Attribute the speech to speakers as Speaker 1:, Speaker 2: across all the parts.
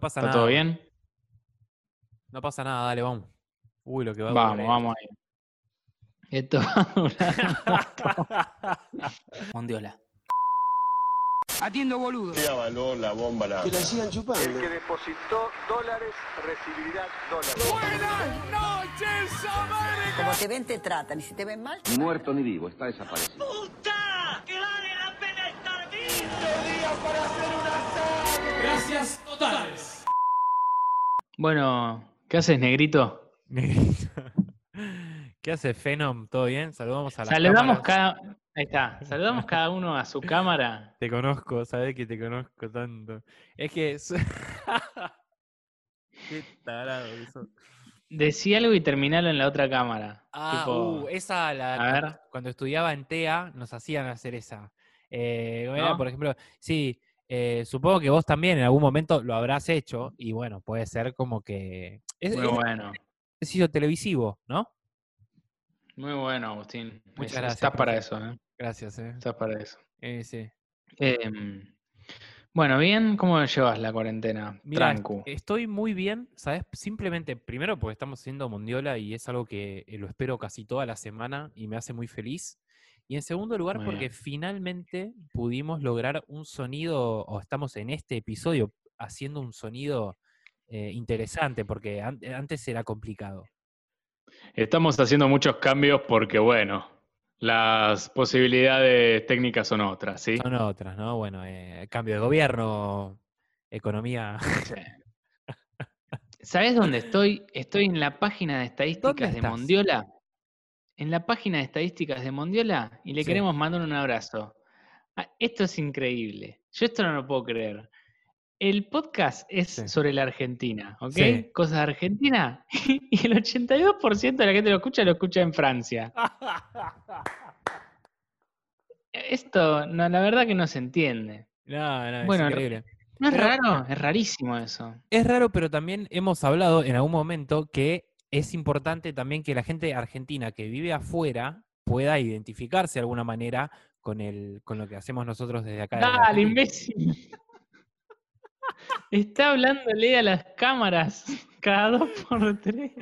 Speaker 1: pasa
Speaker 2: ¿Está
Speaker 1: nada.
Speaker 2: todo bien?
Speaker 1: No pasa nada, dale, vamos. Uy, lo que va a
Speaker 2: Vamos,
Speaker 1: durar
Speaker 2: vamos ahí. Esto va a durar.
Speaker 1: esto.
Speaker 3: Mondiola.
Speaker 4: Atiendo boludo.
Speaker 5: valor la bomba la.
Speaker 6: El que depositó dólares recibirá dólares.
Speaker 7: Como te ven, te tratan. Y si te ven mal,
Speaker 8: Muerto ni vivo, está desaparecido.
Speaker 2: Bueno, ¿qué haces, negrito?
Speaker 1: Negrito. ¿Qué hace Phenom? ¿Todo bien? Saludamos a la
Speaker 2: Saludamos cada. Ahí está. Saludamos cada uno a su cámara.
Speaker 1: Te conozco, sabés que te conozco tanto. Es que... so- Qué tarado que sos.
Speaker 2: Decí algo y terminalo en la otra cámara.
Speaker 1: Ah,
Speaker 2: Tipo,
Speaker 1: uh, esa la,
Speaker 2: a ver.
Speaker 1: cuando estudiaba en TEA nos hacían hacer esa. Eh, era,
Speaker 2: ¿No?
Speaker 1: Por ejemplo, sí, eh, supongo que vos también en algún momento lo habrás hecho y bueno, puede ser como que... Es,
Speaker 2: Muy
Speaker 1: es un
Speaker 2: bueno.
Speaker 1: ejercicio televisivo, ¿no?
Speaker 2: Muy bueno, Agustín.
Speaker 1: Muchas
Speaker 2: Es-
Speaker 1: gracias,
Speaker 2: Estás para
Speaker 1: profe.
Speaker 2: eso, ¿eh?
Speaker 1: Gracias, eh.
Speaker 2: Estás para eso.
Speaker 1: Eh, sí.
Speaker 2: Em, bueno, bien, ¿cómo llevas la cuarentena?
Speaker 1: Mirá,
Speaker 2: Trancu.
Speaker 1: estoy muy bien, ¿sabes? Simplemente, primero porque estamos haciendo Mondiola y es algo que eh, lo espero casi toda la semana y me hace muy feliz. Y en segundo lugar,
Speaker 2: Muy
Speaker 1: porque
Speaker 2: bien.
Speaker 1: finalmente pudimos lograr un sonido, o estamos en este episodio haciendo un sonido eh, interesante, porque an- eh, antes era complicado.
Speaker 2: Estamos haciendo muchos cambios porque, bueno, las posibilidades técnicas son otras, ¿sí?
Speaker 1: Son otras, ¿no? Bueno, eh, cambio de gobierno, economía.
Speaker 2: ¿Sabes dónde estoy? Estoy en la página de
Speaker 1: ¿Dónde
Speaker 2: estadísticas de
Speaker 1: estás?
Speaker 2: Mondiola. En la página de estadísticas de Mondiola y le
Speaker 1: Sí.
Speaker 2: queremos mandar un abrazo. Ah, Esto es increíble. Yo esto no lo puedo creer. El podcast es
Speaker 1: Sí.
Speaker 2: sobre la Argentina, ¿ok?
Speaker 1: Sí.
Speaker 2: Cosas de Argentina. Y el 82% de la gente lo escucha, lo escucha en Francia. Esto, no, la verdad que no se entiende.
Speaker 1: No, no, es
Speaker 2: Bueno,
Speaker 1: increíble.
Speaker 2: ¿No es
Speaker 1: Pero-
Speaker 2: raro? Es rarísimo eso.
Speaker 1: Es raro, pero también hemos hablado en algún momento que es importante también que la gente argentina que vive afuera pueda identificarse de alguna manera con, el, con lo que hacemos nosotros desde acá. de la
Speaker 2: Dale,
Speaker 1: Argentina.
Speaker 2: imbécil. Está hablándole a las cámaras cada dos por tres.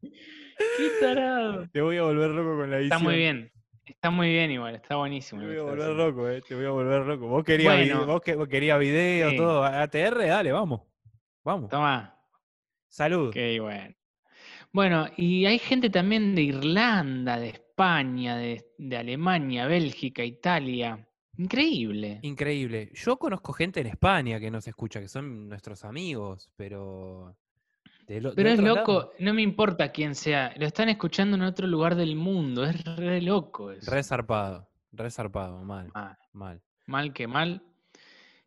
Speaker 2: Qué tarado.
Speaker 1: Te voy a volver loco con la edición.
Speaker 2: Está muy bien. Está muy bien igual, está buenísimo.
Speaker 1: Te
Speaker 2: lo
Speaker 1: voy
Speaker 2: que
Speaker 1: a
Speaker 2: está
Speaker 1: volver
Speaker 2: haciendo.
Speaker 1: loco, eh. Te voy a volver loco. Vos querías, vide-
Speaker 2: Bueno.
Speaker 1: vos que- vos querías video,
Speaker 2: Sí.
Speaker 1: todo. ATR, dale, vamos. Vamos.
Speaker 2: Tomá,
Speaker 1: Salud.
Speaker 2: qué bueno. Bueno, y hay gente también de Irlanda, de España, de, de Alemania, Bélgica, Italia. Increíble.
Speaker 1: Increíble. Yo conozco gente en España que nos escucha, que son nuestros amigos, pero. de lo- de
Speaker 2: Pero es
Speaker 1: otro
Speaker 2: loco,
Speaker 1: lado.
Speaker 2: no me importa quién sea, lo están escuchando en otro lugar del mundo, es re loco eso.
Speaker 1: Re zarpado, re zarpado, mal,
Speaker 2: Mal.
Speaker 1: mal.
Speaker 2: Mal que mal.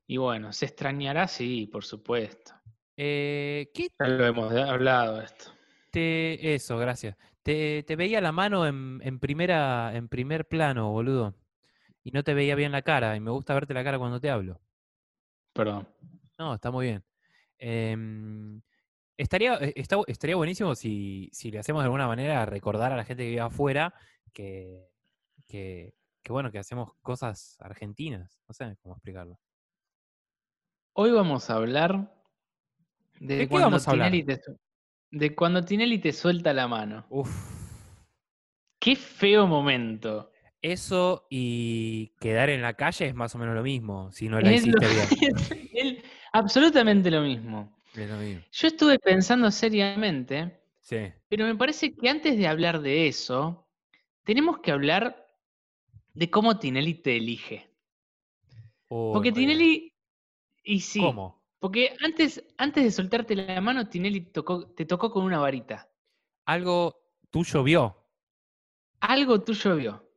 Speaker 2: Y bueno, se extrañará, sí, por supuesto.
Speaker 1: Eh, ¿Qué
Speaker 2: Ya lo hemos hablado esto.
Speaker 1: te... Eso, gracias. Te, te veía la mano en, en primera, en primer plano, boludo. Y no te veía bien la cara. Y me gusta verte la cara cuando te hablo.
Speaker 2: Perdón.
Speaker 1: No, está muy bien. Em, estaría, eh, está bu- estaría buenísimo si, si le hacemos de alguna manera recordar a la gente que vive afuera que, que, que bueno, que hacemos cosas argentinas. No sé cómo explicarlo.
Speaker 2: Hoy vamos a hablar de,
Speaker 1: ¿De qué
Speaker 2: cuando,
Speaker 1: vamos a hablar?
Speaker 2: Tinelli te su- de cuando Tinelli te suelta la mano.
Speaker 1: Uf.
Speaker 2: Qué feo momento.
Speaker 1: Eso y quedar en la calle es más o menos lo mismo, si no la
Speaker 2: Es lo-
Speaker 1: hiciste bien.
Speaker 2: Él- absolutamente lo mismo.
Speaker 1: Es lo mismo.
Speaker 2: Yo estuve pensando seriamente
Speaker 1: Sí.
Speaker 2: Pero me parece que antes de hablar de eso, tenemos que hablar de cómo Tinelli te elige.
Speaker 1: Uy,
Speaker 2: Porque
Speaker 1: muy bien.
Speaker 2: Tinelli. Y sí.
Speaker 1: ¿Cómo?
Speaker 2: Porque antes, antes de soltarte la mano, Tinelli tocó, te tocó con una varita.
Speaker 1: Algo tuyo vio.
Speaker 2: Algo tuyo vio.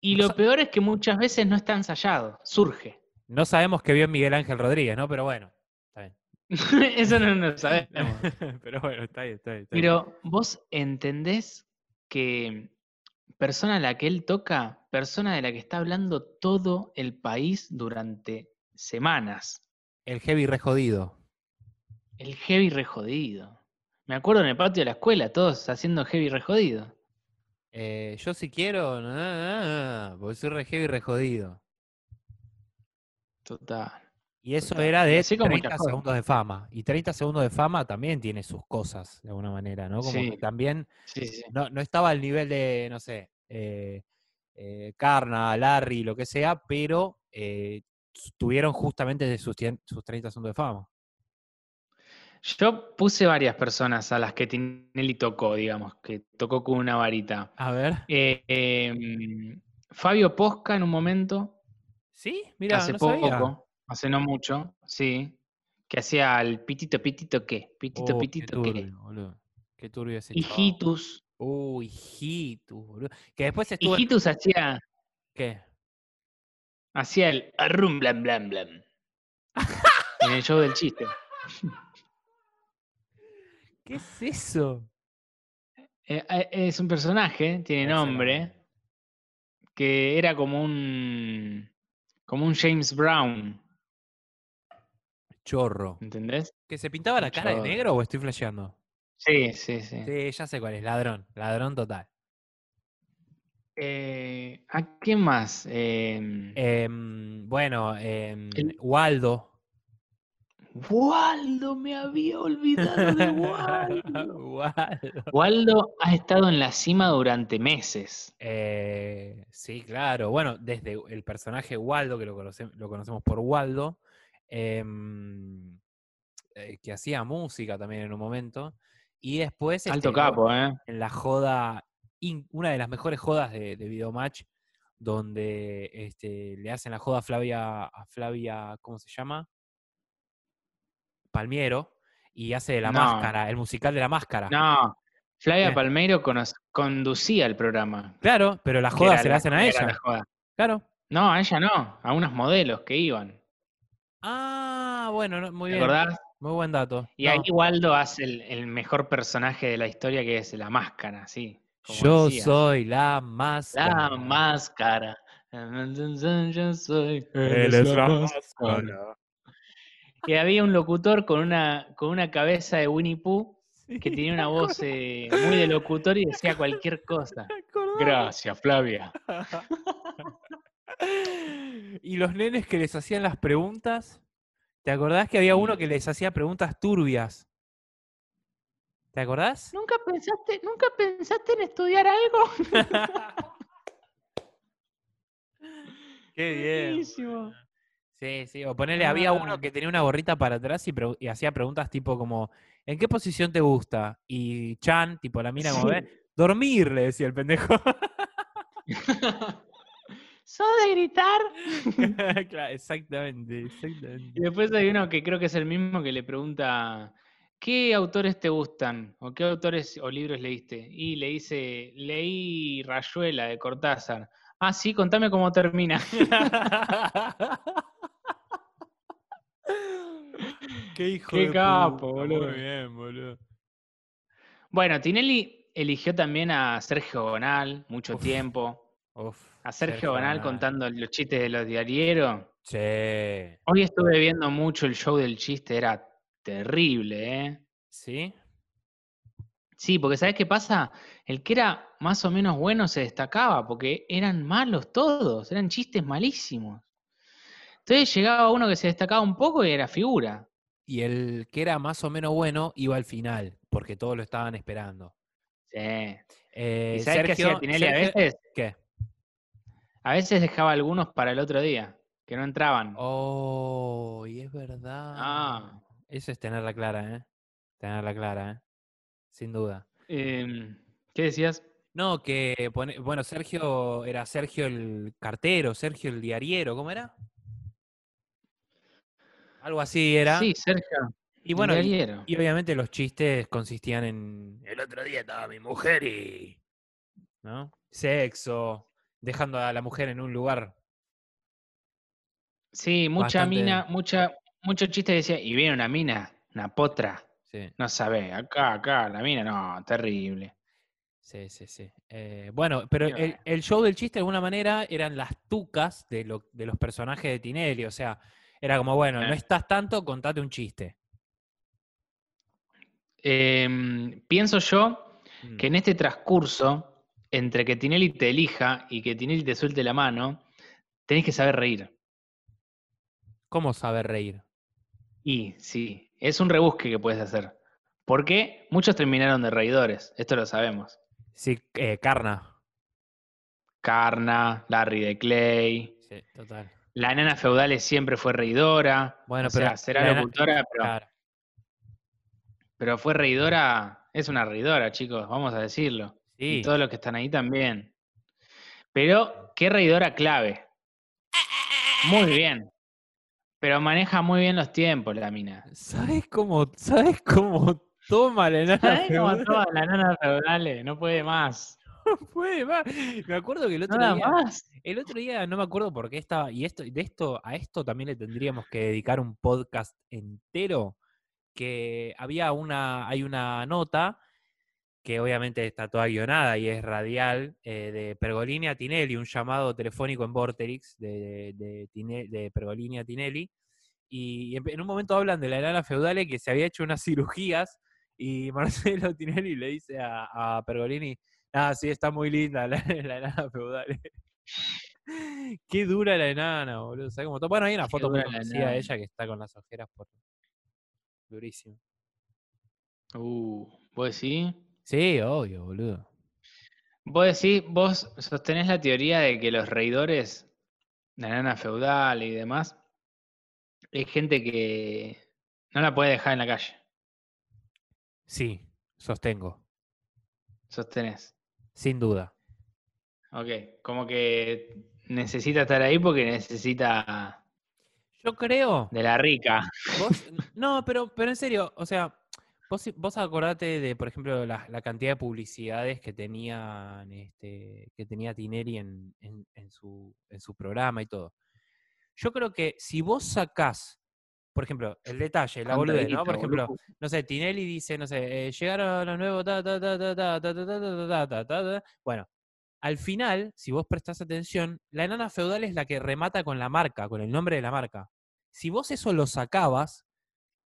Speaker 2: Y
Speaker 1: No
Speaker 2: lo
Speaker 1: sa-
Speaker 2: peor es que muchas veces no está ensayado, surge.
Speaker 1: No sabemos qué vio en Miguel Ángel Rodríguez, ¿no? Pero bueno.
Speaker 2: Eso no lo sabemos.
Speaker 1: Pero bueno, está bien, está bien. está bien.
Speaker 2: Pero vos entendés que persona a la que él toca, persona de la que está hablando todo el país durante semanas.
Speaker 1: El heavy re jodido.
Speaker 2: El heavy rejodido. Me acuerdo en el patio de la escuela, todos haciendo heavy rejodido.
Speaker 1: Eh, yo si quiero, na, na, na, na, porque soy re heavy re jodido.
Speaker 2: Total.
Speaker 1: Y eso era de
Speaker 2: así como
Speaker 1: 30
Speaker 2: muchas cosas.
Speaker 1: segundos de fama. Y 30 segundos de fama también tiene sus cosas, de alguna manera, ¿no? Como
Speaker 2: Sí.
Speaker 1: que también
Speaker 2: Sí, sí.
Speaker 1: no, no estaba al nivel de, no sé, eh, eh, Carna, Larry, lo que sea, pero eh, tuvieron justamente de sus, tien- sus 30 segundos de fama.
Speaker 2: Yo puse varias personas a las que Tinelli tocó, digamos, que tocó con una varita.
Speaker 1: A ver.
Speaker 2: Eh, em, Fabio Posca en un momento,
Speaker 1: ¿Sí? Mira,
Speaker 2: hace
Speaker 1: no
Speaker 2: poco,
Speaker 1: sabía.
Speaker 2: hace no mucho, sí, que hacía el pitito, pitito qué, pitito,
Speaker 1: Oh,
Speaker 2: pitito
Speaker 1: qué
Speaker 2: qué.
Speaker 1: turbio, boludo. Qué turbio Oh, ese chavo.
Speaker 2: Hijitus,
Speaker 1: Uy, hijitus, uh, boludo. Que después estuvo... en-
Speaker 2: Hijitus hacía,
Speaker 1: ¿Qué?
Speaker 2: hacía el arrum, blam, blam, blam. en el show del chiste.
Speaker 1: ¿Qué es eso?
Speaker 2: Eh, eh, es un personaje, tiene
Speaker 1: Ese
Speaker 2: nombre,
Speaker 1: nombre.
Speaker 2: que era como un, como un James Brown,
Speaker 1: Chorro.
Speaker 2: ¿entendés?
Speaker 1: ¿Que se pintaba la cara de
Speaker 2: Chorro.
Speaker 1: negro o estoy flasheando?
Speaker 2: Sí, sí, sí.
Speaker 1: Sí, ya sé cuál es, ladrón, ladrón total.
Speaker 2: Eh, ¿A qué más? Em,
Speaker 1: Em, bueno, em, Waldo.
Speaker 2: Waldo, me había olvidado de Waldo.
Speaker 1: Waldo.
Speaker 2: Waldo ha estado en la cima durante meses.
Speaker 1: Eh, sí, claro. Bueno, desde el personaje Waldo, que lo, conoce- lo conocemos por Waldo, em, eh, que hacía música también en un momento, y después
Speaker 2: Alto
Speaker 1: este,
Speaker 2: capo, ¿eh?
Speaker 1: en la joda, in- una de las mejores jodas de, de Videomatch, donde este, le hacen la joda a Flavia, a Flavia, ¿cómo se llama? Palmiero, y hace de la
Speaker 2: No.
Speaker 1: máscara, el musical de la máscara.
Speaker 2: No, Flavia
Speaker 1: ¿Qué?
Speaker 2: Palmeiro cono- conducía el programa.
Speaker 1: Claro, pero la
Speaker 2: que
Speaker 1: joda
Speaker 2: era
Speaker 1: se
Speaker 2: la-
Speaker 1: la hacen a
Speaker 2: era
Speaker 1: ella.
Speaker 2: la joda.
Speaker 1: Claro.
Speaker 2: No, a ella no, a unos modelos que iban.
Speaker 1: Ah, bueno, no, muy
Speaker 2: ¿Te
Speaker 1: bien.
Speaker 2: acordás?
Speaker 1: Muy buen dato.
Speaker 2: Y
Speaker 1: No,
Speaker 2: ahí Waldo hace el, el mejor personaje de la historia que es la máscara, sí. como
Speaker 1: yo
Speaker 2: decía.
Speaker 1: soy la más.
Speaker 2: La máscara. Yo soy.
Speaker 1: Él es la máscara.
Speaker 2: Y había un locutor con una, con una cabeza de Winnie Pooh que tenía una voz eh, muy de locutor y decía cualquier cosa. Gracias, Flavia.
Speaker 1: Y los nenes que les hacían las preguntas. ¿Te acordás que había uno que les hacía preguntas turbias? ¿Te acordás?
Speaker 3: ¿Nunca pensaste, nunca pensaste en estudiar algo?
Speaker 1: Qué bien.
Speaker 3: Buenísimo.
Speaker 1: Sí, sí. O ponele, había uno
Speaker 2: Ah.
Speaker 1: que tenía una gorrita para atrás y, pregu- y hacía preguntas tipo como, ¿en qué posición te gusta? Y Chan, tipo la mina como,
Speaker 2: Sí.
Speaker 1: "Ve, dormir, le decía el pendejo.
Speaker 3: ¿Sos de gritar?
Speaker 1: Claro, exactamente,
Speaker 2: Y
Speaker 1: exactamente.
Speaker 2: después hay uno que creo que es el mismo que le pregunta, ¿qué autores te gustan? ¿O qué autores o libros leíste? Y le dice, leí Rayuela de Cortázar. Ah, sí, contame cómo termina.
Speaker 1: Qué hijo
Speaker 2: Qué
Speaker 1: de puta,
Speaker 2: capo, boludo.
Speaker 1: Muy bien, boludo.
Speaker 2: Bueno, Tinelli eligió también a Sergio Gonal mucho
Speaker 1: Uf.
Speaker 2: tiempo.
Speaker 1: Uf,
Speaker 2: A Sergio Gonal contando los chistes de los diarieros.
Speaker 1: Che,
Speaker 2: Hoy estuve viendo mucho el show del chiste, era terrible, ¿eh?
Speaker 1: ¿sí?
Speaker 2: Sí, porque ¿sabes qué pasa? El que era más o menos bueno se destacaba, porque eran malos todos, eran chistes malísimos. Entonces llegaba uno que se destacaba un poco y era figura.
Speaker 1: Y el que era más o menos bueno iba al final, porque todos lo estaban esperando.
Speaker 2: Sí.
Speaker 1: Eh,
Speaker 2: ¿Y sabes qué hacía
Speaker 1: Sergio-
Speaker 2: Tinelli a
Speaker 1: Sergio-
Speaker 2: veces?
Speaker 1: ¿Qué?
Speaker 2: A veces dejaba algunos para el otro día, que no entraban.
Speaker 1: Oh, y es verdad.
Speaker 2: Ah.
Speaker 1: Eso es tenerla clara, ¿eh? Tenerla clara, ¿eh? Sin duda.
Speaker 2: Em, ¿Qué decías?
Speaker 1: No, que, pone- bueno, Sergio era Sergio el cartero, Sergio el diariero, ¿cómo era? Algo así era.
Speaker 2: Sí, Sergio.
Speaker 1: y bueno, y-
Speaker 2: Diariero.
Speaker 1: y obviamente los chistes consistían en... El otro día estaba mi mujer y... ¿No? Sexo, dejando a la mujer en un lugar.
Speaker 2: Sí, mucha
Speaker 1: Bastante.
Speaker 2: mina, mucha, mucho chiste que decía, y viene una mina, una potra,
Speaker 1: Sí,
Speaker 2: no sabe, acá, acá, la mina, no, terrible.
Speaker 1: sí, sí. sí. Eh, bueno, pero
Speaker 2: Y
Speaker 1: el,
Speaker 2: bueno.
Speaker 1: el show del chiste de alguna manera eran las tucas de, lo- de los personajes de Tinelli. O sea, era como, bueno, no
Speaker 2: Claro.
Speaker 1: estás tanto, contate un chiste.
Speaker 2: Em, pienso yo
Speaker 1: Mm.
Speaker 2: que en este transcurso, entre que Tinelli te elija y que Tinelli te suelte la mano, tenés que saber reír.
Speaker 1: ¿Cómo saber reír?
Speaker 2: Y sí, es un rebusque que puedes hacer. Porque muchos terminaron de reidores, esto lo sabemos.
Speaker 1: Sí, eh, carna.
Speaker 2: Carna, Larry de Clay,
Speaker 1: Sí, total.
Speaker 2: la nana feudales siempre fue reidora.
Speaker 1: Bueno,
Speaker 2: o
Speaker 1: pero
Speaker 2: sea, será
Speaker 1: la nana-
Speaker 2: locutora, pero,
Speaker 1: Claro.
Speaker 2: pero fue reidora, es una reidora, chicos, vamos a decirlo.
Speaker 1: Sí.
Speaker 2: Y todos los que están ahí también. Pero, qué reidora clave. Muy bien. Pero maneja muy bien los tiempos la mina.
Speaker 1: ¿Sabes cómo, ¿Sabes cómo toma la enana
Speaker 2: ¿Sabés cómo
Speaker 1: feudal?
Speaker 2: actúan las nanas feudales? No puede más.
Speaker 1: Puede más. Me acuerdo que el otro
Speaker 2: Nada
Speaker 1: día.
Speaker 2: más.
Speaker 1: El otro día no me acuerdo por qué estaba. Y esto, de esto, a esto también le tendríamos que dedicar un podcast entero. Que había una, hay una nota que obviamente está toda guionada y es radial, eh, de Pergolini a Tinelli, un llamado telefónico en Vorterix de, de, Tine- de Pergolini a Tinelli. Y en, en un momento hablan de la enana feudale que se había hecho unas cirugías y Marcelo Tinelli le dice a, a Pergolini, ah, sí, está muy linda la, la enana feudale. Qué dura la enana, boludo. ¿sabés cómo to- Bueno, hay una
Speaker 2: Qué
Speaker 1: foto muy
Speaker 2: dura la
Speaker 1: conocida
Speaker 2: enana.
Speaker 1: de ella que está con las ojeras por... Durísimo.
Speaker 2: Uh, vos decís.
Speaker 1: Sí, obvio, boludo.
Speaker 2: Vos decís, vos sostenés la teoría de que los reidores, la nana feudal y demás, es gente que no la puede dejar en la calle.
Speaker 1: Sí, sostengo,
Speaker 2: Sostenés.
Speaker 1: sin duda.
Speaker 2: Ok, como que necesita estar ahí porque necesita
Speaker 1: Yo creo,
Speaker 2: de la rica.
Speaker 1: vos- no, pero, pero en serio, o sea, vos, vos acordate de, por ejemplo, la, la cantidad de publicidades que tenían, este, que tenía Tineri en, en- en su, en su programa y todo. Yo creo que si vos sacás, por ejemplo, el detalle, la
Speaker 2: Cuánta
Speaker 1: boludez, ¿no?
Speaker 2: guita,
Speaker 1: Por ejemplo,
Speaker 2: boludo.
Speaker 1: no sé, Tinelli dice, no sé, eh, llegaron los nuevos, ta, ta, ta, ta, ta, ta, ta, ta, ta, ta, ta, ta, ta. Bueno, al final, si vos prestás atención, la enana feudal es la que remata con la marca, con el nombre de la marca. Si vos eso lo sacabas,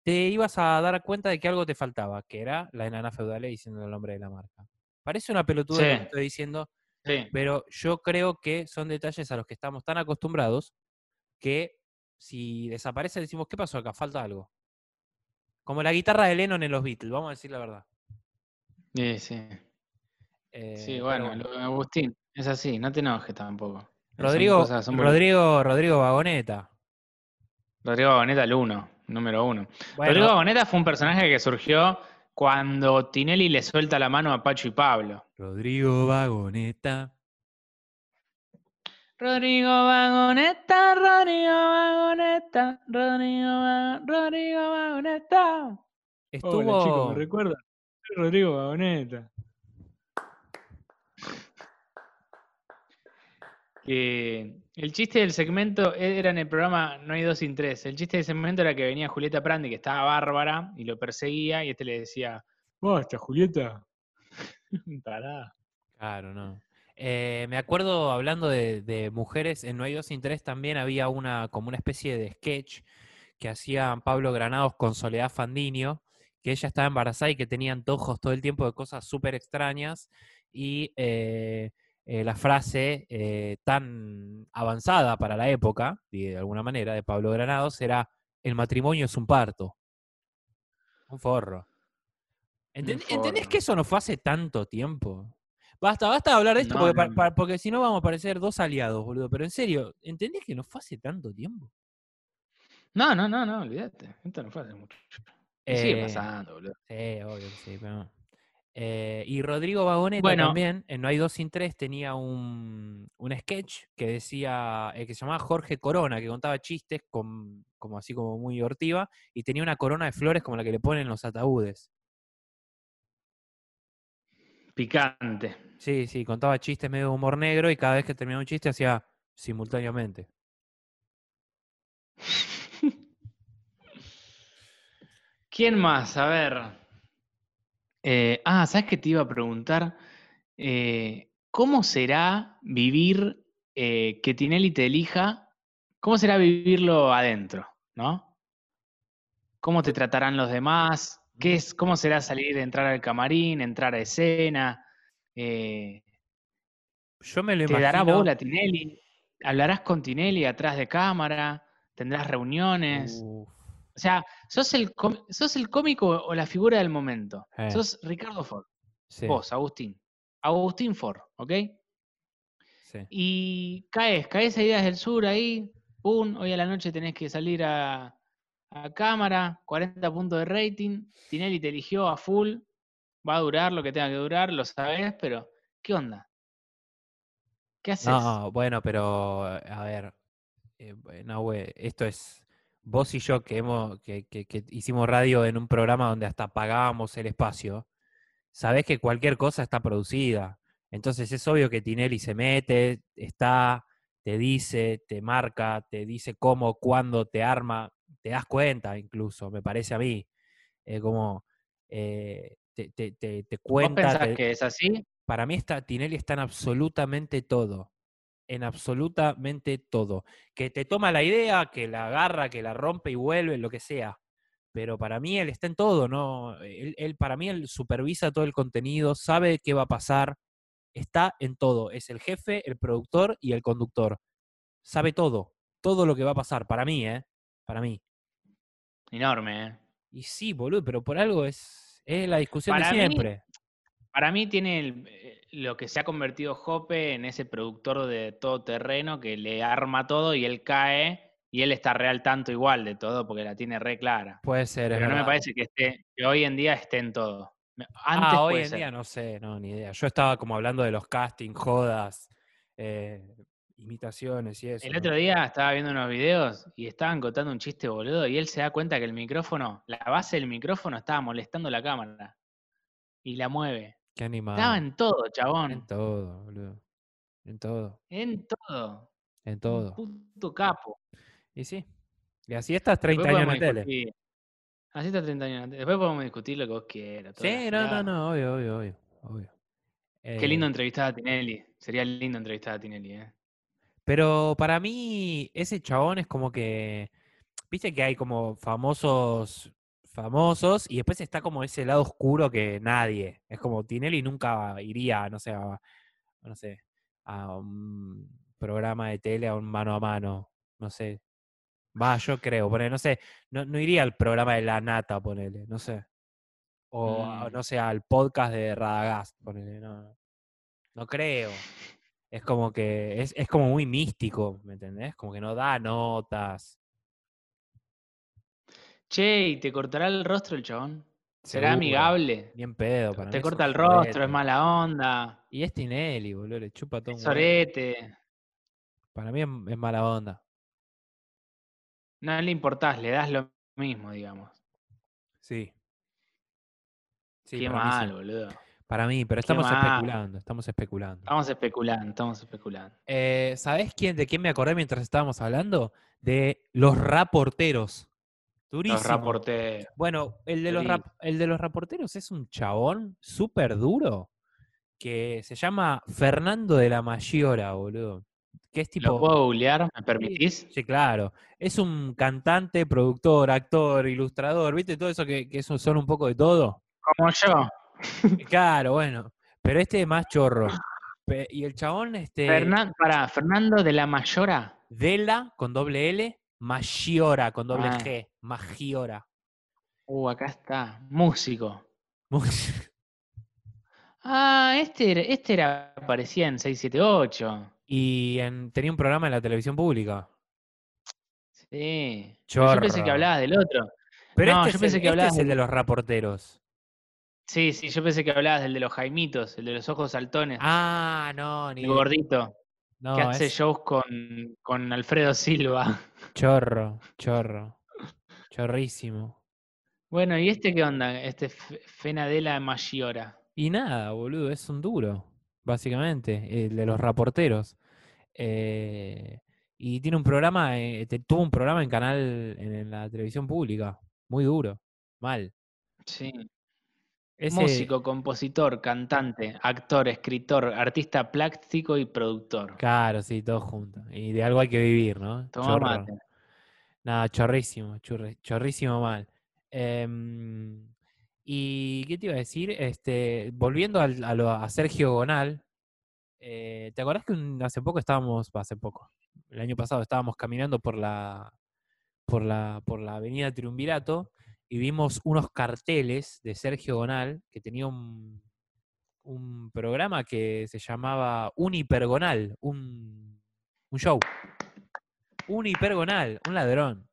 Speaker 1: te ibas a dar cuenta de que algo te faltaba, que era la enana feudal diciendo el nombre de la marca. Parece una pelotuda lo
Speaker 2: Sí.
Speaker 1: que estoy diciendo,
Speaker 2: Sí.
Speaker 1: pero yo creo que son detalles a los que estamos tan acostumbrados que si desaparece decimos, ¿qué pasó acá? Falta algo. Como la guitarra de Lennon en los Beatles, vamos a decir la verdad.
Speaker 2: Sí, sí.
Speaker 1: Eh,
Speaker 2: Sí,
Speaker 1: pero
Speaker 2: bueno, lo- Agustín, es así, no te enojes tampoco. Son
Speaker 1: Rodrigo,
Speaker 2: cosas- son bolu-
Speaker 1: Rodrigo, Rodrigo Vagoneta.
Speaker 2: Rodrigo Boneta, el uno, número uno.
Speaker 1: Bueno,
Speaker 2: Rodrigo Boneta fue un personaje que surgió cuando Tinelli le suelta la mano a Pacho y Pablo.
Speaker 1: Rodrigo Vagoneta.
Speaker 2: Rodrigo Vagoneta, Rodrigo Vagoneta, Rodrigo, Va- Rodrigo Vagoneta.
Speaker 1: Estuvo.
Speaker 2: recuerda? Rodrigo Vagoneta. Que el chiste del segmento era en el programa No hay dos sin tres. El chiste del segmento era que venía Julieta Prandi, que estaba bárbara, y lo perseguía, y este le decía, ¡Basta, Julieta! Pará.
Speaker 1: Claro, no. Eh, me acuerdo hablando de, de mujeres en No hay dos sin tres también había una como una especie de sketch que hacían Pablo Granados con Soledad Fandinio, que ella estaba embarazada y que tenía antojos todo el tiempo de cosas súper extrañas y eh, eh, la frase eh, tan avanzada para la época, y de alguna manera, de Pablo Granados era el matrimonio es un parto. Un forro. Enten- ¿Entendés
Speaker 2: forro.
Speaker 1: que eso no fue hace tanto tiempo? Basta, basta de hablar de esto
Speaker 2: No,
Speaker 1: porque,
Speaker 2: no,
Speaker 1: pa-
Speaker 2: no.
Speaker 1: pa- porque si no vamos a parecer dos aliados, boludo. Pero en serio, ¿entendés que no fue hace tanto tiempo?
Speaker 2: No, no, no, no, olvídate. Esto no fue hace mucho. Y Sigue
Speaker 1: Eh,
Speaker 2: pasando, boludo.
Speaker 1: Sí, obvio que sí, pero no. Eh, y Rodrigo Vagoneta
Speaker 2: Bueno.
Speaker 1: también, en No hay dos sin tres, tenía un, un sketch que decía, eh, que se llamaba Jorge Corona, que contaba chistes con, como así como muy hortiva, y tenía una corona de flores como la que le ponen en los ataúdes.
Speaker 2: Picante.
Speaker 1: Sí, sí, contaba chistes medio de humor negro y cada vez que terminaba un chiste hacía simultáneamente.
Speaker 2: ¿Quién más? A ver. Eh, ah, ¿sabes qué te iba a preguntar? Eh, ¿Cómo será vivir eh, que Tinelli te elija? ¿Cómo será vivirlo adentro? ¿No? ¿Cómo te tratarán los demás? ¿Qué es, ¿Cómo será salir, entrar al camarín, entrar a escena? Eh,
Speaker 1: Yo me lo
Speaker 2: ¿Te dará
Speaker 1: imagino-
Speaker 2: bola Tinelli? ¿Hablarás con Tinelli atrás de cámara? tendrás reuniones.
Speaker 1: Uf.
Speaker 2: O sea, sos el, com- sos el cómico o la figura del momento.
Speaker 1: Eh.
Speaker 2: Sos Ricardo Ford,
Speaker 1: Sí,
Speaker 2: vos, Agustín. Agustín Ford, ¿ok?
Speaker 1: sí.
Speaker 2: Y caes, caes a Ideas del Sur ahí, pum, hoy a la noche tenés que salir a, a cámara, 40 puntos de rating, Tinelli te eligió a full, va a durar lo que tenga que durar, lo sabés, pero ¿qué onda? ¿Qué haces?
Speaker 1: No, bueno, pero a ver, eh, no, güey, esto es vos y yo que, hemos, que, que- que hicimos radio en un programa donde hasta pagábamos el espacio, sabés que cualquier cosa está producida. Entonces es obvio que Tinelli se mete, está, te dice, te marca, te dice cómo, cuándo, te arma, te das cuenta incluso, me parece a mí. Eh, como eh, te, te- te- te
Speaker 2: ¿Vos
Speaker 1: cuenta,
Speaker 2: pensás
Speaker 1: te-
Speaker 2: que es así?
Speaker 1: para mí está, Tinelli está en absolutamente todo. En absolutamente todo. Que te toma la idea, que la agarra, que la rompe y vuelve, lo que sea. Pero para mí él está en todo, ¿no? Él, él- para mí él supervisa todo el contenido, sabe qué va a pasar, está en todo. Es el jefe, el productor y el conductor. Sabe todo, todo lo que va a pasar, para mí, ¿eh? Para mí.
Speaker 2: Enorme, ¿eh?
Speaker 1: Y sí, boludo, pero por algo es, es la discusión
Speaker 2: Para
Speaker 1: de
Speaker 2: mí,
Speaker 1: siempre.
Speaker 2: Para mí tiene el- eh, lo que se ha convertido Jope en ese productor de todo terreno que le arma todo y él cae y él está real tanto igual de todo porque la tiene re clara.
Speaker 1: Puede ser. es
Speaker 2: Pero no me
Speaker 1: verdad.
Speaker 2: parece que esté, que hoy en día esté en todo. Me- Antes
Speaker 1: Ah, hoy
Speaker 2: puede
Speaker 1: en
Speaker 2: ser.
Speaker 1: día no sé, no, ni idea. Yo estaba como hablando de los castings, jodas, eh, imitaciones y eso.
Speaker 2: El
Speaker 1: ¿no?
Speaker 2: otro día estaba viendo unos videos y estaban contando un chiste boludo y él se da cuenta que el micrófono, la base del micrófono estaba molestando la cámara y la mueve.
Speaker 1: Qué animado.
Speaker 2: Estaba en todo,
Speaker 1: Ah. En
Speaker 2: chabón.
Speaker 1: todo, boludo. En todo,
Speaker 2: En todo.
Speaker 1: en
Speaker 2: Un
Speaker 1: todo.
Speaker 2: puto capo.
Speaker 1: Y sí. Y así estás 30
Speaker 2: Después
Speaker 1: años en la
Speaker 2: podemos
Speaker 1: tele.
Speaker 2: discutir. Así está 30 años. en la tele. Después podemos discutir lo que vos quieras. toda la
Speaker 1: Sí, no, no,
Speaker 2: gilada.
Speaker 1: no, obvio, obvio, obvio. obvio.
Speaker 2: Qué lindo
Speaker 1: Eh,
Speaker 2: entrevistar a Tinelli. Sería lindo entrevistar a Tinelli, ¿eh?
Speaker 1: Pero para mí, ese chabón es como que. Viste que hay como famosos. Famosos, y después está como ese lado oscuro que nadie. Es como Tinelli nunca iría, no sé, a, no sé, a un programa de tele, a un mano a mano. No sé. Va, yo creo, ponele, no sé, no, no iría al programa de La Nata, ponele, no sé. O, a-
Speaker 2: Mm.
Speaker 1: no sé, al podcast de Radagast, ponele, no. No creo. Es como que es, es como muy místico, ¿me entendés? Como que no da notas.
Speaker 2: Che, ¿y te cortará el rostro el chabón? ¿Será
Speaker 1: seguro,
Speaker 2: amigable?
Speaker 1: Bien pedo para mí
Speaker 2: Te
Speaker 1: es
Speaker 2: corta
Speaker 1: un
Speaker 2: el rostro,
Speaker 1: sorete.
Speaker 2: es mala onda,
Speaker 1: Y es Tinelli, boludo, le chupa todo un
Speaker 2: es
Speaker 1: huevo.
Speaker 2: orete.
Speaker 1: Para mí es, es mala onda.
Speaker 2: No le importás, le das lo mismo, digamos.
Speaker 1: Sí. Sí,
Speaker 2: Qué
Speaker 1: para mí sí.
Speaker 2: mal, boludo.
Speaker 1: Para mí, pero
Speaker 2: Qué
Speaker 1: estamos
Speaker 2: mal.
Speaker 1: especulando, estamos especulando.
Speaker 2: Estamos especulando, estamos especulando.
Speaker 1: Eh, ¿Sabés quién, de quién me acordé mientras estábamos hablando? De los raporteros. Durísimo.
Speaker 2: Los reporteros.
Speaker 1: Bueno, el de, los
Speaker 2: Durísimo.
Speaker 1: rap- el de los reporteros es un chabón súper duro que se llama Fernando de la Mayora, boludo. Que es
Speaker 2: ¿Lo
Speaker 1: tipo.
Speaker 2: puedo googlear? ¿Me permitís?
Speaker 1: Sí, claro. Es un cantante, productor, actor, ilustrador, ¿viste? Todo eso que, que eso son un poco de todo. Eh,
Speaker 2: Como yo.
Speaker 1: Claro, bueno. Pero este es más chorro. Pe- Y el chabón, este.
Speaker 2: Fernan- pará, Fernando de la Mayora.
Speaker 1: Dela con doble L, Magiora con doble
Speaker 2: Ah.
Speaker 1: G, Magiora.
Speaker 2: Uh, acá está. Músico.
Speaker 1: Muy-
Speaker 2: Ah, este, era- este era, aparecía en 678.
Speaker 1: Y en- tenía un programa en la televisión pública.
Speaker 2: Sí. Pero Yo pensé que
Speaker 1: Chorro.
Speaker 2: hablabas del otro.
Speaker 1: Pero
Speaker 2: No,
Speaker 1: este,
Speaker 2: yo
Speaker 1: es
Speaker 2: pensé
Speaker 1: el,
Speaker 2: que
Speaker 1: este
Speaker 2: hablabas
Speaker 1: es el de
Speaker 2: del-
Speaker 1: los reporteros.
Speaker 2: Sí, sí, yo pensé que hablabas del de los Jaimitos, el de los ojos saltones,
Speaker 1: Ah, no, ni
Speaker 2: el
Speaker 1: idea.
Speaker 2: gordito,
Speaker 1: No,
Speaker 2: que hace
Speaker 1: es
Speaker 2: shows con, con Alfredo Silva.
Speaker 1: chorro, chorro. Chorrísimo.
Speaker 2: Bueno, ¿y este qué onda? Este F- Fenadela Maggiora.
Speaker 1: Y nada, boludo, es un duro, básicamente, el de los reporteros. Eh, y tiene un programa, eh, te- tuvo un programa en canal, en, en la televisión pública. Muy duro, mal.
Speaker 2: Sí.
Speaker 1: Ese-
Speaker 2: Músico, compositor, cantante, actor, escritor, artista plástico y productor.
Speaker 1: Claro, sí, todo junto. Y de algo hay que vivir, ¿no?
Speaker 2: Toma
Speaker 1: Chorro.
Speaker 2: mate.
Speaker 1: Nada, chorrísimo, churri- chorrísimo mal. Em, ¿y qué te iba a decir? Este, volviendo al- a, lo- a Sergio Gonal, eh, ¿te acordás que un- hace poco estábamos, va, hace poco, el año pasado estábamos caminando por la, por la, por la avenida Triunvirato y vimos unos carteles de Sergio Gonal que tenía un, un programa que se llamaba Un Hipergonal, un, un show. Un Hipergonal, un ladrón,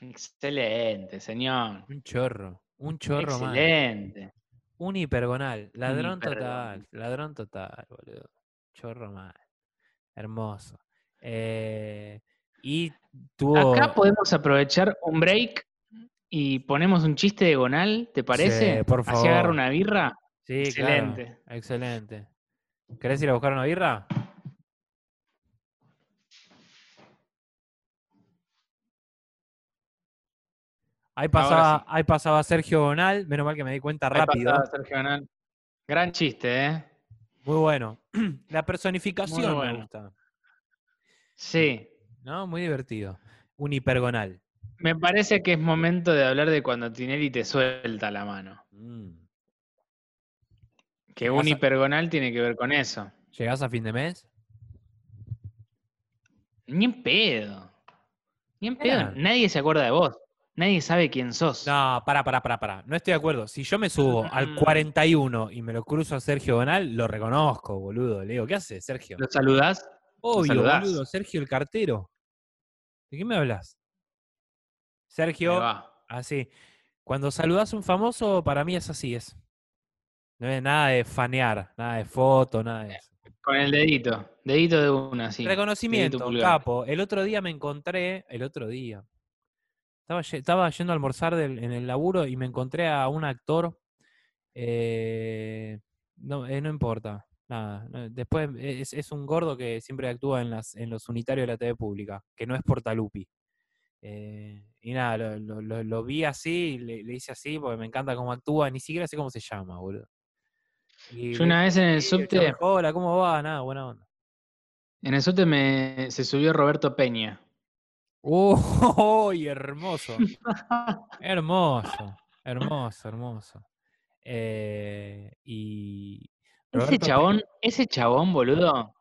Speaker 2: Excelente, señor.
Speaker 1: un chorro, un chorro más.
Speaker 2: Excelente.
Speaker 1: Un hipergonal, ladrón
Speaker 2: hipergonal.
Speaker 1: total, ladrón total, boludo. Chorro mal. Hermoso. Eh, y tuvo.
Speaker 2: Acá podemos aprovechar un break y ponemos un chiste de Gonal, ¿te parece?
Speaker 1: Sí, por
Speaker 2: Así
Speaker 1: favor.
Speaker 2: agarra una birra.
Speaker 1: Sí,
Speaker 2: excelente.
Speaker 1: claro, excelente. ¿Querés ir a buscar una birra? Ahí pasaba,
Speaker 2: sí.
Speaker 1: ahí pasaba Sergio Gonal, menos mal que me di cuenta
Speaker 2: Ahí
Speaker 1: rápido.
Speaker 2: pasaba Sergio Gonal. Gran chiste, ¿eh?
Speaker 1: Muy bueno. La personificación me
Speaker 2: bueno.
Speaker 1: gusta,
Speaker 2: Sí.
Speaker 1: ¿no? Muy divertido. Un hipergonal.
Speaker 2: Me parece que es momento de hablar de cuando Tinelli te suelta la mano.
Speaker 1: Mm.
Speaker 2: Que un
Speaker 1: pasa?
Speaker 2: hipergonal tiene que ver con eso.
Speaker 1: ¿Llegás a fin de mes?
Speaker 2: Ni en pedo. Ni en
Speaker 1: Era.
Speaker 2: pedo. Nadie se acuerda de vos. Nadie sabe quién sos.
Speaker 1: No, pará, pará, pará, pará. No estoy de acuerdo. Si yo me subo al
Speaker 2: Mm.
Speaker 1: 41 y me lo cruzo a Sergio Donal, lo reconozco, boludo. Le digo, ¿qué haces, Sergio?
Speaker 2: ¿Lo saludás?
Speaker 1: Obvio,
Speaker 2: saludás.
Speaker 1: boludo, Sergio el cartero. ¿De qué me hablas?
Speaker 2: Ahí
Speaker 1: Sergio,
Speaker 2: va.
Speaker 1: así. Cuando saludás a un famoso, para mí es así, es. No es nada de fanear, nada de foto, nada
Speaker 2: Eh,
Speaker 1: de eso.
Speaker 2: Con el dedito. Dedito de una, sí.
Speaker 1: Reconocimiento,
Speaker 2: dedito pulgar.
Speaker 1: capo. El otro día me encontré, el otro día, estaba, ye- estaba yendo a almorzar del- en el laburo y me encontré a un actor, eh, no, eh, no importa, nada. no, Después eh, es, es un gordo que siempre actúa en, las, en los unitarios de la TV pública, que no es Portalupi. Eh, y nada, lo, lo- lo- lo vi así, y le, le hice así porque me encanta cómo actúa, ni siquiera sé cómo se llama, boludo. Y
Speaker 2: Yo una vez en el
Speaker 1: sí, el
Speaker 2: subte,
Speaker 1: chabón, Hola, ¿cómo va? Nada, buena onda.
Speaker 2: en el subte me, se subió Roberto Peña.
Speaker 1: ¡Uy, Oh, hermoso! hermoso, hermoso, hermoso. Eh, y
Speaker 2: Ese
Speaker 1: Roberto
Speaker 2: chabón, ese chabón, boludo,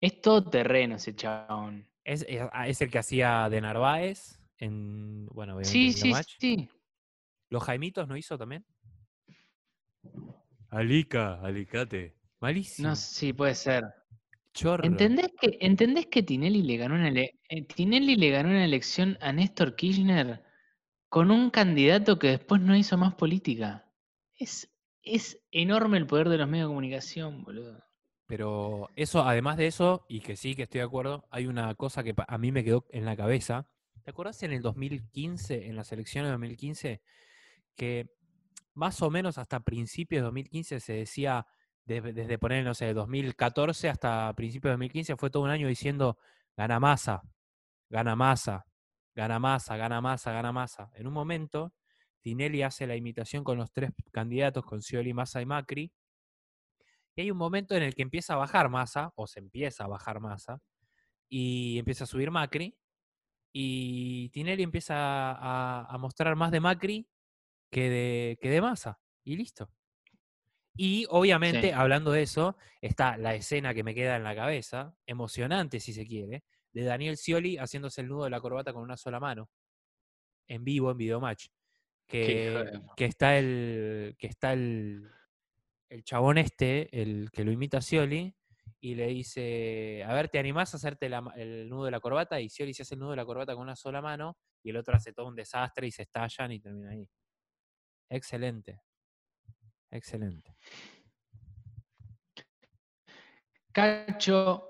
Speaker 2: es todo terreno ese chabón.
Speaker 1: Pe- es, es- ah, es el que hacía de Narváez en, bueno, obviamente en
Speaker 2: Sí,
Speaker 1: The
Speaker 2: sí,
Speaker 1: Match.
Speaker 2: sí.
Speaker 1: ¿Los Jaimitos no hizo también? Alica, alicate. Malísimo.
Speaker 2: No, sí, puede ser.
Speaker 1: Chorro.
Speaker 2: ¿Entendés que, ¿Entendés que Tinelli le ganó una ele- eh, Tinelli le ganó una elección a Néstor Kirchner con un candidato que después no hizo más política? Es, es enorme el poder de los medios de comunicación, boludo.
Speaker 1: Pero eso, además de eso, y que sí que estoy de acuerdo, hay una cosa que pa- a mí me quedó en la cabeza. ¿Te acuerdas en el 2015, en las elecciones de 2015, que más o menos hasta principios de 2015 se decía, desde, desde poner, no sé, 2014 hasta principios de 2015, fue todo un año diciendo, gana masa, gana masa, gana masa, gana masa, gana masa. En un momento, Tinelli hace la imitación con los tres candidatos, con Scioli, Massa y Macri. Y hay un momento en el que empieza a bajar masa, o se empieza a bajar masa, y empieza a subir Macri, y Tinelli empieza a, a mostrar más de Macri que de, que de masa, y listo. Y obviamente,
Speaker 2: Sí.
Speaker 1: hablando de eso, está la escena que me queda en la cabeza, emocionante si se quiere, de Daniel Scioli haciéndose el nudo de la corbata con una sola mano, en vivo, en videomatch.
Speaker 2: Qué hijo
Speaker 1: Que,
Speaker 2: de-
Speaker 1: que está el que está el, el chabón este, el que lo imita a Scioli, y le dice, a ver, ¿te animás a hacerte la ma- el nudo de la corbata? Y Scioli se hace el nudo de la corbata con una sola mano, y el otro hace todo un desastre y se estallan y termina ahí. Excelente. Excelente.
Speaker 2: Cacho.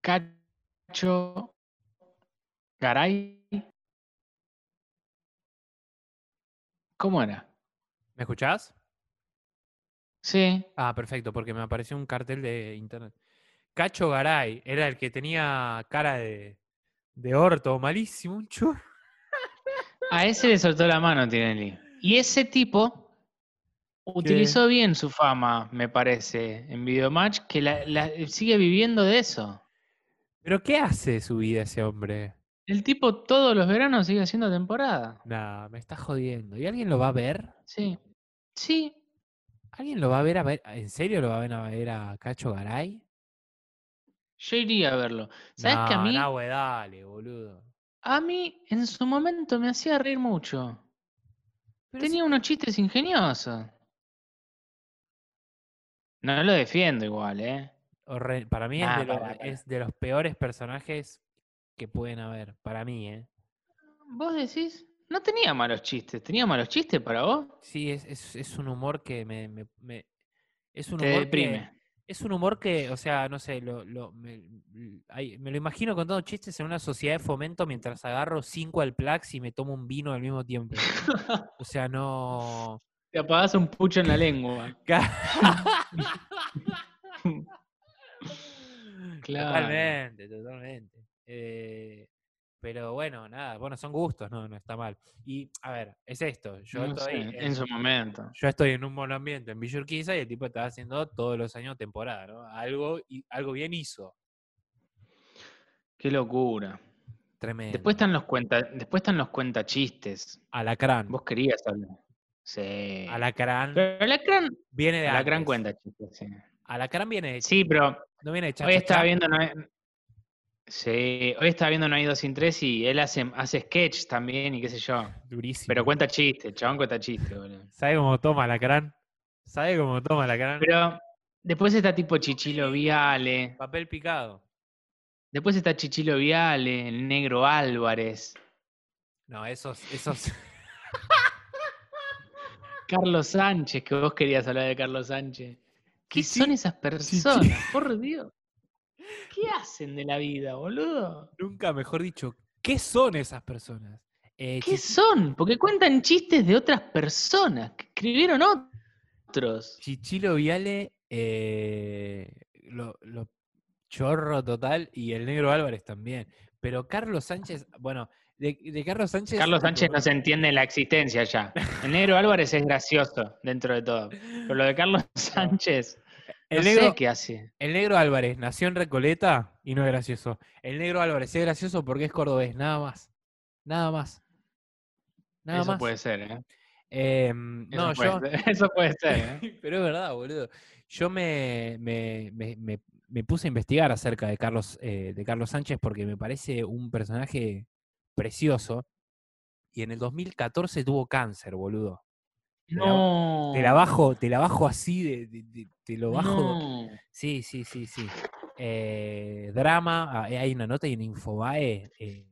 Speaker 2: Cacho. Garay. ¿Cómo era?
Speaker 1: ¿Me escuchás?
Speaker 2: Sí.
Speaker 1: Ah, perfecto, porque me apareció un cartel de internet. Cacho Garay era el que tenía cara de, de orto, malísimo, un churro.
Speaker 2: A ese le soltó la mano Tinelli. Y ese tipo utilizó bien su fama, me parece, en Videomatch, que la, la- sigue viviendo de eso.
Speaker 1: ¿Pero qué hace de su vida ese hombre?
Speaker 2: El tipo todos los veranos sigue haciendo temporada.
Speaker 1: Nah, me está jodiendo. ¿Y alguien lo va a ver?
Speaker 2: Sí. Sí.
Speaker 1: ¿Alguien lo va a ver a ver? ¿En serio lo va a ver a, ver a Cacho Garay?
Speaker 2: Yo iría a verlo. ¿Sabes que a
Speaker 1: Nah,
Speaker 2: mí?
Speaker 1: Nahue, dale, boludo.
Speaker 2: a mí en su momento me hacía reír mucho. Tenía unos chistes ingeniosos. No lo defiendo igual, ¿eh?
Speaker 1: Horre- para mí es,
Speaker 2: Ah,
Speaker 1: de lo-
Speaker 2: pará, pará.
Speaker 1: es de los peores personajes que pueden haber. Para mí, ¿eh?
Speaker 2: ¿Vos decís? No tenía malos chistes. ¿Tenía malos chistes para vos?
Speaker 1: Sí, es, es- es un humor que me. me- me- es un
Speaker 2: Te
Speaker 1: humor que-
Speaker 2: deprime.
Speaker 1: es un humor que, o sea, no sé, lo, lo- me, l- ay, me lo imagino contando chistes en una sociedad de fomento mientras agarro cinco al Plax y me tomo un vino al mismo tiempo. O sea, no.
Speaker 2: Te apagás un pucho en la lengua. Claro.
Speaker 1: Totalmente, totalmente. Eh, pero bueno, nada, bueno, son gustos, no, no está mal. Y a ver, es esto, yo
Speaker 2: No
Speaker 1: estoy
Speaker 2: sé, en su momento.
Speaker 1: yo estoy en un buen ambiente en Villa Urquiza y el tipo estaba haciendo todos los años temporada, ¿no? Algo, y, algo bien hizo.
Speaker 2: Qué locura.
Speaker 1: Tremendo.
Speaker 2: Después están los cuenta, después están los cuentachistes.
Speaker 1: Alacrán.
Speaker 2: Vos querías hablar. Sí.
Speaker 1: Alacrán
Speaker 2: Pero Alacrán,
Speaker 1: viene de
Speaker 2: Alacrán
Speaker 1: antes.
Speaker 2: cuenta chistes, sí.
Speaker 1: Alacrán viene de
Speaker 2: Sí, pero
Speaker 1: no viene de
Speaker 2: hoy
Speaker 1: chacha.
Speaker 2: estaba viendo no hay, Sí, hoy estaba viendo No hay dos sin tres y él hace, hace sketch también y qué sé yo.
Speaker 1: durísimo.
Speaker 2: Pero cuenta chistes, el chabón cuenta chistes, boludo.
Speaker 1: ¿Sabe cómo toma Alacrán? ¿Sabe cómo toma Alacrán?
Speaker 2: Pero después está tipo Chichilo Viale,
Speaker 1: Papel picado.
Speaker 2: después está Chichilo Viale, el negro Álvarez,
Speaker 1: No, esos, esos.
Speaker 2: Carlos Sánchez, que vos querías hablar de Carlos Sánchez. ¿Qué
Speaker 1: Chichi-
Speaker 2: son esas personas? Por Dios. ¿Qué hacen de la vida, boludo?
Speaker 1: Nunca mejor dicho, ¿qué son esas personas? Eh,
Speaker 2: ¿Qué
Speaker 1: Chichi-
Speaker 2: son? Porque cuentan chistes de otras personas que escribieron otros.
Speaker 1: Chichilo Viale, eh, lo, lo chorro total, y el negro Álvarez también. Pero Carlos Sánchez, bueno, de, de Carlos Sánchez.
Speaker 2: Carlos Sánchez no se entiende la existencia ya. El negro Álvarez es gracioso dentro de todo. Pero lo de Carlos Sánchez, no
Speaker 1: El negro,
Speaker 2: sé qué hace.
Speaker 1: el negro Álvarez nació en Recoleta y no es gracioso. El negro Álvarez es gracioso porque es cordobés, nada más. Nada más. Nada
Speaker 2: Eso
Speaker 1: más.
Speaker 2: puede ser, ¿eh?
Speaker 1: Em,
Speaker 2: Eso
Speaker 1: no,
Speaker 2: puede
Speaker 1: yo.
Speaker 2: ser, Eso puede ser, ¿eh?
Speaker 1: Pero es verdad, boludo. Yo me, me- me- me- me puse a investigar acerca de Carlos, eh, de Carlos Sánchez porque me parece un personaje precioso. Y en el 2014 tuvo cáncer, boludo. Te la-
Speaker 2: No.
Speaker 1: Te la bajo, te la bajo así, de, de- de- te lo bajo.
Speaker 2: No.
Speaker 1: Sí, sí, sí, sí. Eh, drama, ah, eh, hay una nota y en Infobae, eh,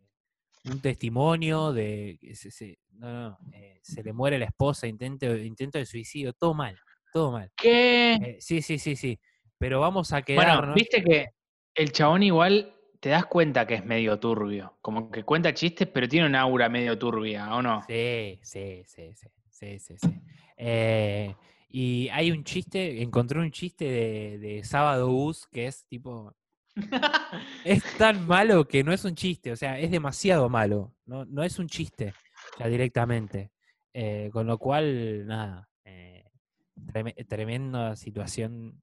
Speaker 1: un testimonio de... que se- se- no, no, eh, se le muere la esposa, intento, intento de suicidio, todo mal, todo mal.
Speaker 2: ¿Qué?
Speaker 1: Eh, sí, sí, sí, sí. Pero vamos a quedarnos.
Speaker 2: Bueno, viste que el chabón igual te das cuenta que es medio turbio. Como que cuenta chistes, pero tiene un aura medio turbia, ¿o no?
Speaker 1: Sí, sí, sí, sí, sí, sí, sí. Eh, y hay un chiste, encontré un chiste de, de Sábado Bus que es tipo. Es tan malo que no es un chiste, o sea, es demasiado malo. No, no es un chiste, o sea, directamente. Eh, con lo cual, nada. eh, treme- tremenda situación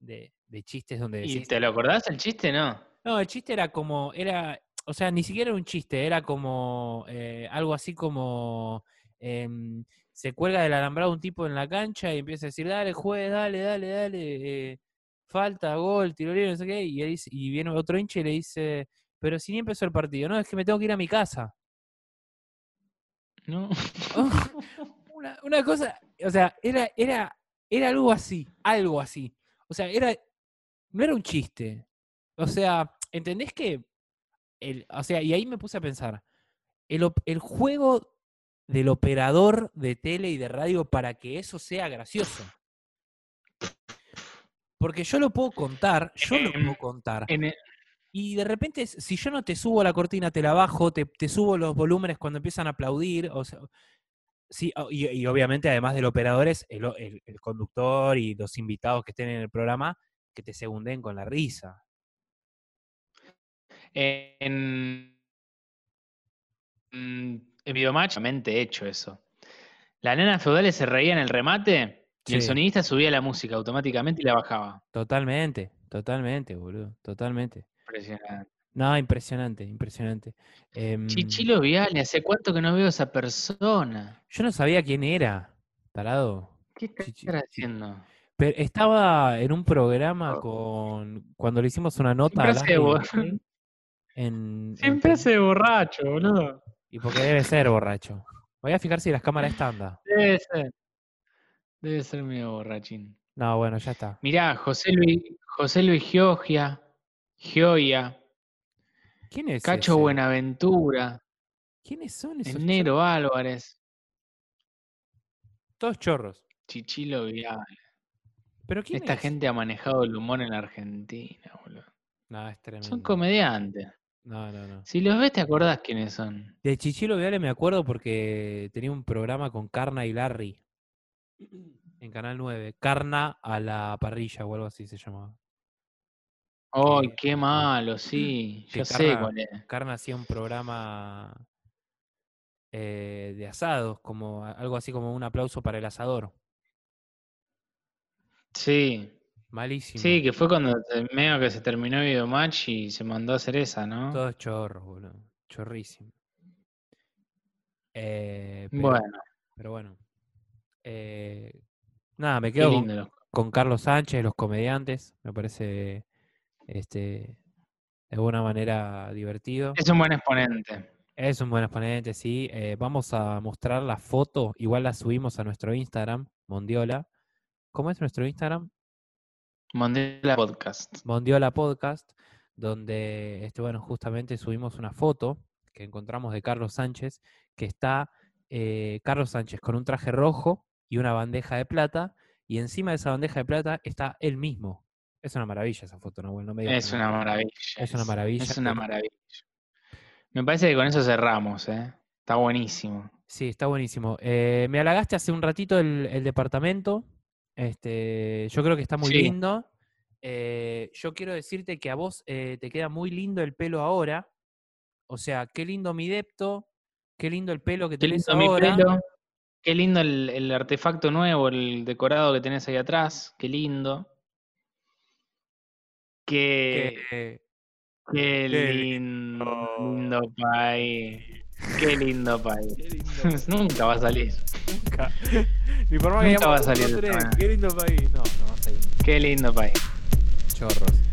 Speaker 1: de, de chistes donde
Speaker 2: ¿Y
Speaker 1: decís,
Speaker 2: te lo acordás el chiste, no?
Speaker 1: No, el chiste era como, era, o sea, ni siquiera era un chiste, era como eh, algo así como em, se cuelga del alambrado un tipo en la cancha y empieza a decir, dale, juez, dale, dale, dale, eh, falta, gol, tiro libre, no sé qué, y, él dice- y viene otro hincha y le dice, pero si ni empezó el partido, no, es que me tengo que ir a mi casa.
Speaker 2: No.
Speaker 1: Una, una cosa, o sea, era, era, era algo así, algo así. O sea, era, no era un chiste. O sea, ¿entendés que? El, o sea, y ahí me puse a pensar, el, op- el juego del operador de tele y de radio para que eso sea gracioso. Porque yo lo puedo contar, yo lo puedo
Speaker 2: Em,
Speaker 1: contar.
Speaker 2: En el-
Speaker 1: Y de repente, s- si yo no te subo la cortina, te la bajo, te, te subo los volúmenes cuando empiezan a aplaudir. O sea, sí, o- y, y obviamente, además del operador, es el, o- el- el conductor y los invitados que estén en el programa que te segunden con la risa.
Speaker 2: en, mm, en Videomatch, obviamente he hecho eso. La nena feudales se reía en el remate y el
Speaker 1: Sí.
Speaker 2: sonidista subía la música automáticamente y la bajaba.
Speaker 1: Totalmente, totalmente, boludo, totalmente.
Speaker 2: Impresionante. Mm.
Speaker 1: No, impresionante, impresionante. Em,
Speaker 2: Chichilo Viale, ¿hace cuánto que no veo a esa persona?
Speaker 1: Yo no sabía quién era, tarado.
Speaker 2: ¿Qué está
Speaker 1: Chichi-
Speaker 2: haciendo?
Speaker 1: Pero estaba en un programa con. Cuando le hicimos una nota.
Speaker 2: Oh. Siempre
Speaker 1: a
Speaker 2: hace
Speaker 1: Larry
Speaker 2: bo-
Speaker 1: King, en. en
Speaker 2: Siempre
Speaker 1: Pen-
Speaker 2: hace de borracho, boludo.
Speaker 1: Y porque debe ser borracho. Voy a fijar si las cámaras estándar.
Speaker 2: Debe ser. Debe ser medio borrachín.
Speaker 1: No, bueno, ya está.
Speaker 2: Mirá, José Luis, José Luis Gioia, Gioia,
Speaker 1: ¿Quién es?
Speaker 2: Cacho
Speaker 1: ese?
Speaker 2: Buenaventura,
Speaker 1: ¿Quiénes son esos?
Speaker 2: el Negro Álvarez,
Speaker 1: chorros? Todos chorros.
Speaker 2: Chichilo Vial.
Speaker 1: ¿Pero quién
Speaker 2: Esta
Speaker 1: es?
Speaker 2: gente ha manejado el humor en la Argentina, boludo.
Speaker 1: No, es tremendo.
Speaker 2: Son comediantes.
Speaker 1: No, no, no.
Speaker 2: Si los ves, te acordás quiénes son.
Speaker 1: De Chichilo Viale me acuerdo porque tenía un programa con Carna y Larry en Canal 9. Carna a la parrilla o algo así se llamaba.
Speaker 2: ¡Ay,
Speaker 1: que-
Speaker 2: qué malo!
Speaker 1: Mm.
Speaker 2: Sí,
Speaker 1: que
Speaker 2: yo sé
Speaker 1: carga-
Speaker 2: cuál es.
Speaker 1: Carna hacía un programa eh, de asados, como a- algo así como un aplauso para el asador.
Speaker 2: Sí,
Speaker 1: Malísimo.
Speaker 2: sí, que fue cuando te- medio que se terminó Videomatch y se mandó a hacer esa, ¿no?
Speaker 1: Todos chorros, boludo. Chorrísimo. Eh, pero,
Speaker 2: bueno,
Speaker 1: pero bueno. Eh, nada, me
Speaker 2: qué
Speaker 1: quedo con,
Speaker 2: lindo. los-
Speaker 1: con Carlos Sánchez, los comediantes. Me parece este, de alguna manera divertido.
Speaker 2: Es un buen exponente.
Speaker 1: Es un buen exponente, sí. Eh, vamos a mostrar la foto. Igual la subimos a nuestro Instagram, Mondiola. ¿Cómo es nuestro Instagram?
Speaker 2: Mandé la podcast.
Speaker 1: Mondiola Podcast, donde este, bueno, justamente subimos una foto que encontramos de Carlos Sánchez, que está eh, Carlos Sánchez con un traje rojo y una bandeja de plata, y encima de esa bandeja de plata está él mismo. Es una maravilla esa foto, ¿no? Bueno, no me digas
Speaker 2: Es
Speaker 1: que no.
Speaker 2: una maravilla.
Speaker 1: Es una maravilla.
Speaker 2: Es una
Speaker 1: Total.
Speaker 2: maravilla. Me parece que con eso cerramos, ¿eh? Está buenísimo.
Speaker 1: Sí, está buenísimo. Eh, me halagaste hace un ratito el, el departamento. Este, yo creo que está muy
Speaker 2: Sí.
Speaker 1: lindo. Eh, yo quiero decirte que a vos eh, te queda muy lindo el pelo ahora. O sea, qué lindo mi depto, qué lindo el pelo que
Speaker 2: Qué
Speaker 1: tenés
Speaker 2: lindo mi
Speaker 1: ahora.
Speaker 2: pelo. Qué lindo el, el artefacto nuevo, el decorado que tenés ahí atrás. Qué lindo. Qué,
Speaker 1: que-
Speaker 2: qué
Speaker 1: qué
Speaker 2: lindo, país. Qué lindo país. Nunca va a salir.
Speaker 1: Ni por más que
Speaker 2: Nunca
Speaker 1: digamos,
Speaker 2: va a salir
Speaker 1: "Uno,
Speaker 2: esta
Speaker 1: tres,
Speaker 2: manera".
Speaker 1: Qué lindo país. No, no va a salir.
Speaker 2: Qué lindo país.
Speaker 1: Chorros.